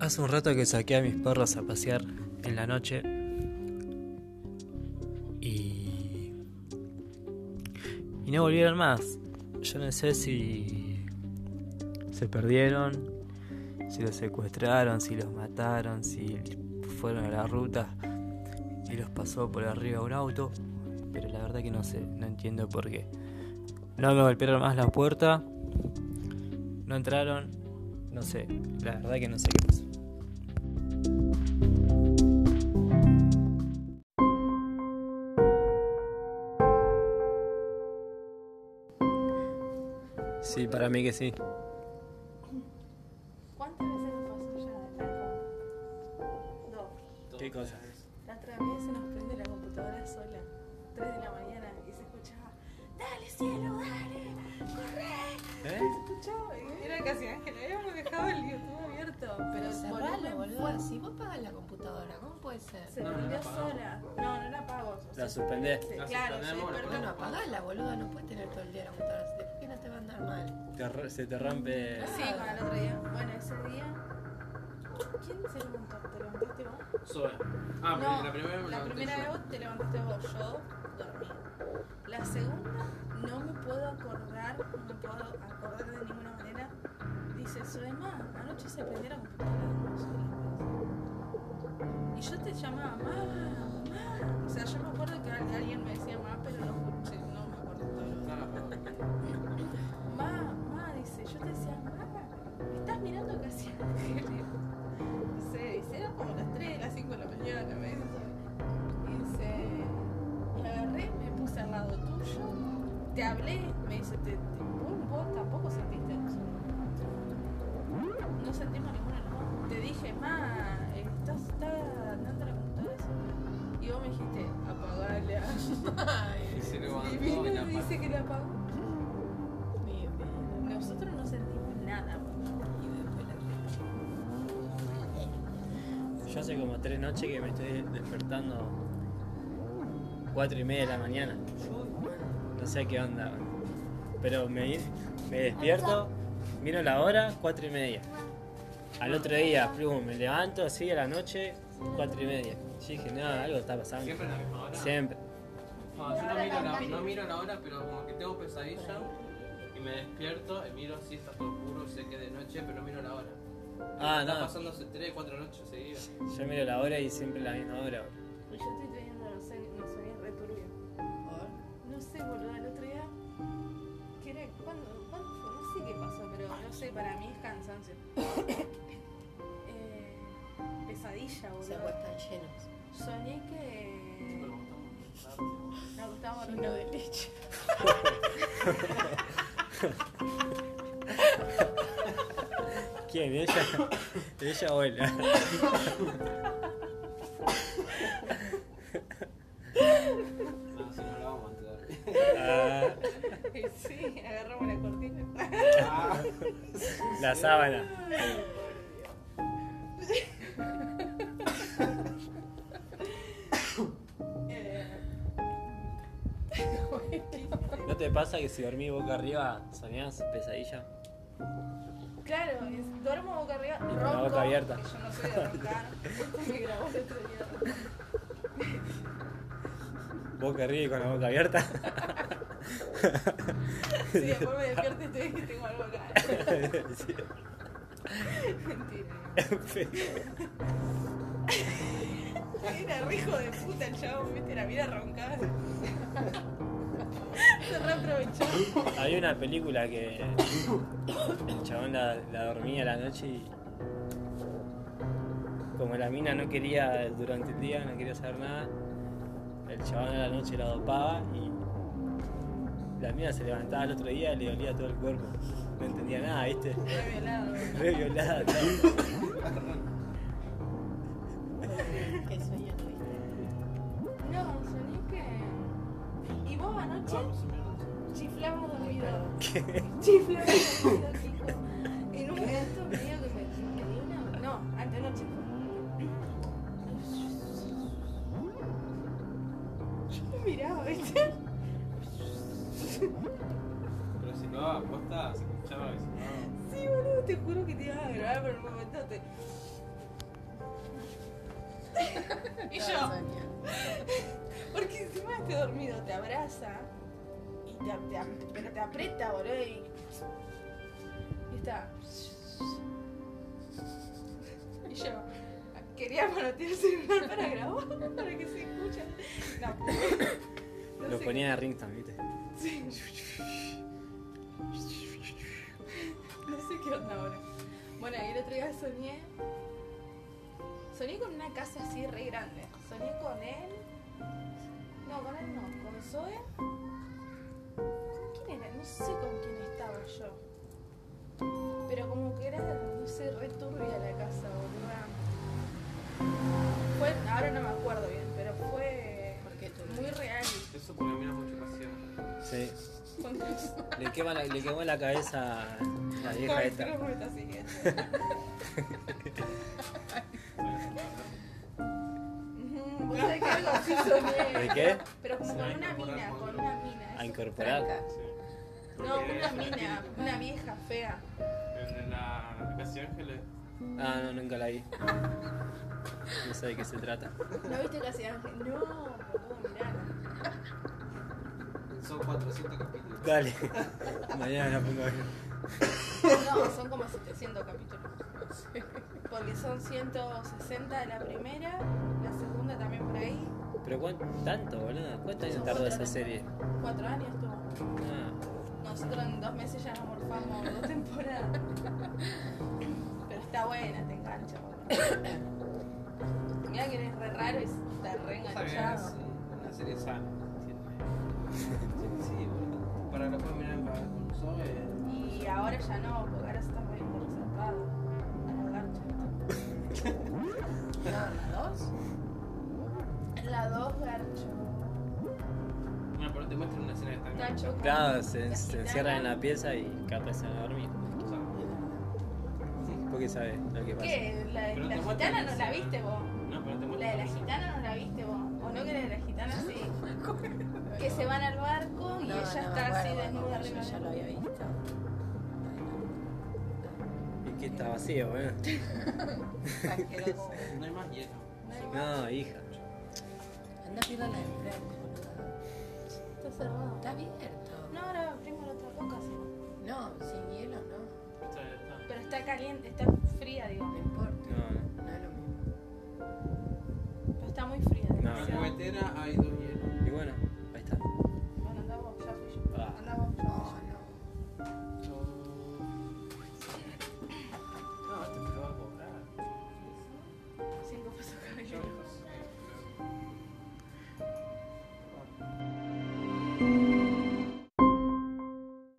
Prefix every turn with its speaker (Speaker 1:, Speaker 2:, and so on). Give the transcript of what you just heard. Speaker 1: Hace un rato que saqué a mis perros a pasear en la noche y... y no volvieron más. Yo no sé si se perdieron, si los secuestraron, si los mataron, si fueron a la ruta y los pasó por arriba un auto, pero la verdad que no sé, no entiendo por qué. No me golpearon más la puerta, no entraron, no sé, la verdad que no sé qué pasó. Sí, para mí que sí.
Speaker 2: ¿Cuántas veces nos pasó ya de tarde? Dos.
Speaker 1: ¿Qué cosa?
Speaker 2: La otra vez se nos prende la computadora sola, 3 de la mañana, y se escuchaba, dale cielo, dale, corre.
Speaker 1: ¿Eh?
Speaker 2: Se escuchaba, y era casi ángel, habíamos dejado el YouTube abierto, pero se
Speaker 3: Cerralo, boludo. Si vos pagas la computadora, ¿cómo puede ser?
Speaker 2: Se
Speaker 1: No, no
Speaker 2: prendió
Speaker 1: la apagamos.
Speaker 2: sola. No, no la apago. O
Speaker 1: La
Speaker 2: sea,
Speaker 1: suspendés.
Speaker 2: se-
Speaker 4: La
Speaker 2: Claro, se
Speaker 4: suspendemos, la
Speaker 3: Bueno,
Speaker 2: perdona.
Speaker 3: apagala, boludo. No puedes tener todo el día la computadora. Si te- ¿Qué no te va a andar mal?
Speaker 1: Te r- se te rompe...
Speaker 2: Sí, con el otro día. Bueno, ese día. ¿Quién se levantó? ¿Te levantaste vos?
Speaker 4: Sola. Ah, pero
Speaker 2: no,
Speaker 4: la primera vez me
Speaker 2: la
Speaker 4: levanté
Speaker 2: primera
Speaker 4: sola.
Speaker 2: vez te levantaste vos, yo dormí. La segunda, no me puedo acordar, no me puedo acordar de ninguna manera. Dice, Soema, anoche se prendió la computadora. sola". Y yo te llamaba, mamá, mamá. O sea, yo me acuerdo que al- alguien me decía mamá, pero no, escuché, no me acuerdo todo lo
Speaker 4: No, la apagó.
Speaker 2: Ma, ma, dice, yo te decía, ma, me estás mirando casi ángeles. No sé, dice, eran como las 3, las 5 de la mañana que me dice. Y dice, y agarré, me puse al lado tuyo, te hablé, me dice, te, te, vos, vos tampoco sentiste eso. No sentimos ninguna no. Te dije, ma, estás, está andando la computadora esa". Y vos me dijiste, apagala.
Speaker 3: Ay,
Speaker 4: Y se
Speaker 2: Y
Speaker 4: levantó
Speaker 2: vino
Speaker 4: y la
Speaker 2: y dice
Speaker 4: apagó.
Speaker 2: que la apagó.
Speaker 3: mi vida.
Speaker 2: Nosotros no sentimos nada. pues.
Speaker 3: Y después la
Speaker 1: Yo hace como tres noches que me estoy despertando cuatro y media de la mañana. No sé qué onda. Pero me, me despierto, miro la hora, cuatro y media. Al otro día, plum, me levanto así a la noche, cuatro y media. Yo dije, no, algo está pasando.
Speaker 4: Siempre la misma hora.
Speaker 1: Siempre.
Speaker 4: No, yo no miro, la, no miro la hora, pero como que tengo pesadilla y me despierto y miro si está todo oscuro, sé que es de noche, pero no miro la hora.
Speaker 1: Ah,
Speaker 4: Está
Speaker 1: no.
Speaker 4: pasando hace 3, 4 noches seguidas.
Speaker 1: Yo miro la hora y siempre la misma hora.
Speaker 2: Pues yo estoy teniendo unos sue- unos sueños re turbios. No sé, boludo, el otro día. ¿qué era? ¿Cuándo, cuándo fue? No sé qué pasó, pero no sé, para mí es cansancio. eh, pesadilla,
Speaker 3: O sea,
Speaker 2: boludo.
Speaker 3: vos están llenos.
Speaker 2: Soñé que. No, Gustavo
Speaker 3: Lleno
Speaker 2: no.
Speaker 3: de leche.
Speaker 1: ¿Quién? ¿Ella? ¿Ella o él?
Speaker 4: No, si Ah, no la vamos a entrar.
Speaker 1: Ah,
Speaker 2: sí, agarramos la cortina.
Speaker 4: Ah,
Speaker 1: la sábana.
Speaker 2: Eh,
Speaker 1: ¿No te pasa que si dormís boca arriba soñás pesadilla?
Speaker 2: Claro, es- duermo boca arriba,
Speaker 1: Y con la
Speaker 2: ronco,
Speaker 1: boca abierta.
Speaker 2: porque yo no soy de roncar. Me grabó el otro día.
Speaker 1: Boca arriba y con la boca abierta.
Speaker 2: Sí, después me despierto y estoy- tengo algo acá.
Speaker 1: Sí.
Speaker 2: Mentira. Era re hijo de puta el chavo, viste, la vida roncada. Se reaprovechó.
Speaker 1: Había una película que el chabón la, la dormía a la noche y como la mina no quería durante el día, no quería saber nada, el chabón a la noche la dopaba y la mina se levantaba al otro día y le dolía todo el cuerpo. No entendía nada, ¿viste?
Speaker 2: Re violado.
Speaker 1: Re violada. todo.
Speaker 3: ¿Qué sueño tuviste?
Speaker 2: No, soñé que. ¿Y vos anoche? Chiflamos dormido. Chiflamos dormido, chico. En un momento medio que me, me di una. No, antenoche. Yo me miraba, ¿viste?
Speaker 4: pero si no, aposta, se escuchaba que si no.
Speaker 2: Sí, boludo, te juro que te ibas a grabar, pero en un momento te. Y
Speaker 3: Estaba
Speaker 2: yo,
Speaker 3: soñando.
Speaker 2: porque encima esté dormido, te abraza y te, te ap- pero te aprieta, boludo, y, y está. Y yo quería manotear el celular para grabar, para que se escuche. No, pude. No
Speaker 5: Lo
Speaker 2: sé.
Speaker 5: ponía de ringtone, ¿viste?
Speaker 2: Sí. No sé qué onda ahora. Bueno, y el otro día soñé. Soñé con una casa así re grande. Soñé con él. No, con él no, con Zoe. ¿Con quién era? No sé con quién estaba yo. Pero como que era, no sé, re turbia la casa, boluda. Fue, ahora no me acuerdo bien, pero fue
Speaker 3: ¿Por qué tú?
Speaker 2: muy real.
Speaker 4: Eso porque mira mucho pasión.
Speaker 5: Sí.
Speaker 2: Con
Speaker 5: Le, quema la- le quemó la cabeza a la
Speaker 2: Con
Speaker 5: vieja
Speaker 2: el
Speaker 5: esta.
Speaker 2: cromo está siguiendo. Ujú, Vos sabés que algo así soñé.
Speaker 5: ¿De qué? Ah,
Speaker 2: Pero como
Speaker 4: Se
Speaker 2: con
Speaker 4: va a
Speaker 2: una
Speaker 4: incorporar
Speaker 2: mina,
Speaker 4: cuando-
Speaker 2: con una mina.
Speaker 5: A
Speaker 2: eso.
Speaker 5: incorporar.
Speaker 3: Tranca.
Speaker 2: No, una mina, una vieja fea.
Speaker 4: En la aplicación Ángeles.
Speaker 5: Ah, no, nunca la vi. No sé de qué se trata.
Speaker 2: ¿No viste que hacía ángel? No, boludo, mirala.
Speaker 4: Son 400 capítulos.
Speaker 5: Dale. Mañana la pongo a ver.
Speaker 2: No, son como 700 capítulos. Porque son 160 de la primera, la segunda también por ahí.
Speaker 5: Pero ¿cuán, tanto, boludo. ¿Cuántos años tardó esa serie?
Speaker 2: Cuatro años tuvo.
Speaker 5: Ah,
Speaker 2: Nosotros en dos meses ya nos morfamos dos temporadas. Pero está buena, te engancha. boludo. Mirá que eres re raro y está re
Speaker 4: Está bien, sí,
Speaker 2: enganchado.
Speaker 4: una serie sana. ¿entiendes? Sí, sí, boludo. Para la pueden mirar en Pagar con eh. Zoe.
Speaker 2: Y ahora ya no, porque ahora estás re reservado a la garcha.
Speaker 3: ¿Estaban las dos?
Speaker 2: La dos garcho.
Speaker 4: Bueno, pero te muestran una escena que está en
Speaker 2: Nacho. con
Speaker 5: Claro, se,
Speaker 2: la
Speaker 5: se
Speaker 2: gitana.
Speaker 5: encierran en la pieza y capaz se van a dormir. Porque sabe lo que pasa.
Speaker 2: ¿Qué? La,
Speaker 4: Pero
Speaker 2: la
Speaker 4: te muestran
Speaker 2: gitana
Speaker 4: una
Speaker 2: no la
Speaker 4: escena.
Speaker 2: viste vos.
Speaker 4: No, pero te
Speaker 2: La de
Speaker 4: muestran.
Speaker 2: la gitana no la viste vos. O no que la de la gitana sí. Que se van al barco y
Speaker 3: No,
Speaker 2: ella
Speaker 3: no me
Speaker 2: está así
Speaker 3: acuerdo,
Speaker 2: desnuda
Speaker 3: yo
Speaker 2: arriba.
Speaker 3: ya lo había visto.
Speaker 5: Y que está vacío, boludo.
Speaker 3: Asqueroso.
Speaker 4: No hay más hielo.
Speaker 5: No, hija.
Speaker 3: Anda a la de enfrente, boludo.
Speaker 2: Está cerrado.
Speaker 3: Está abierto.
Speaker 2: No, ahora abrimos la otra coca, sí.
Speaker 3: No, sin hielo no.
Speaker 4: Esta- esta-
Speaker 2: Pero está caliente, está fría, digo.
Speaker 3: No importa.
Speaker 5: No, no.
Speaker 3: No es lo mismo.
Speaker 2: Pero está muy fría.
Speaker 5: No.
Speaker 4: En la
Speaker 2: demasiado.
Speaker 4: cubetera hay dos
Speaker 5: Ah.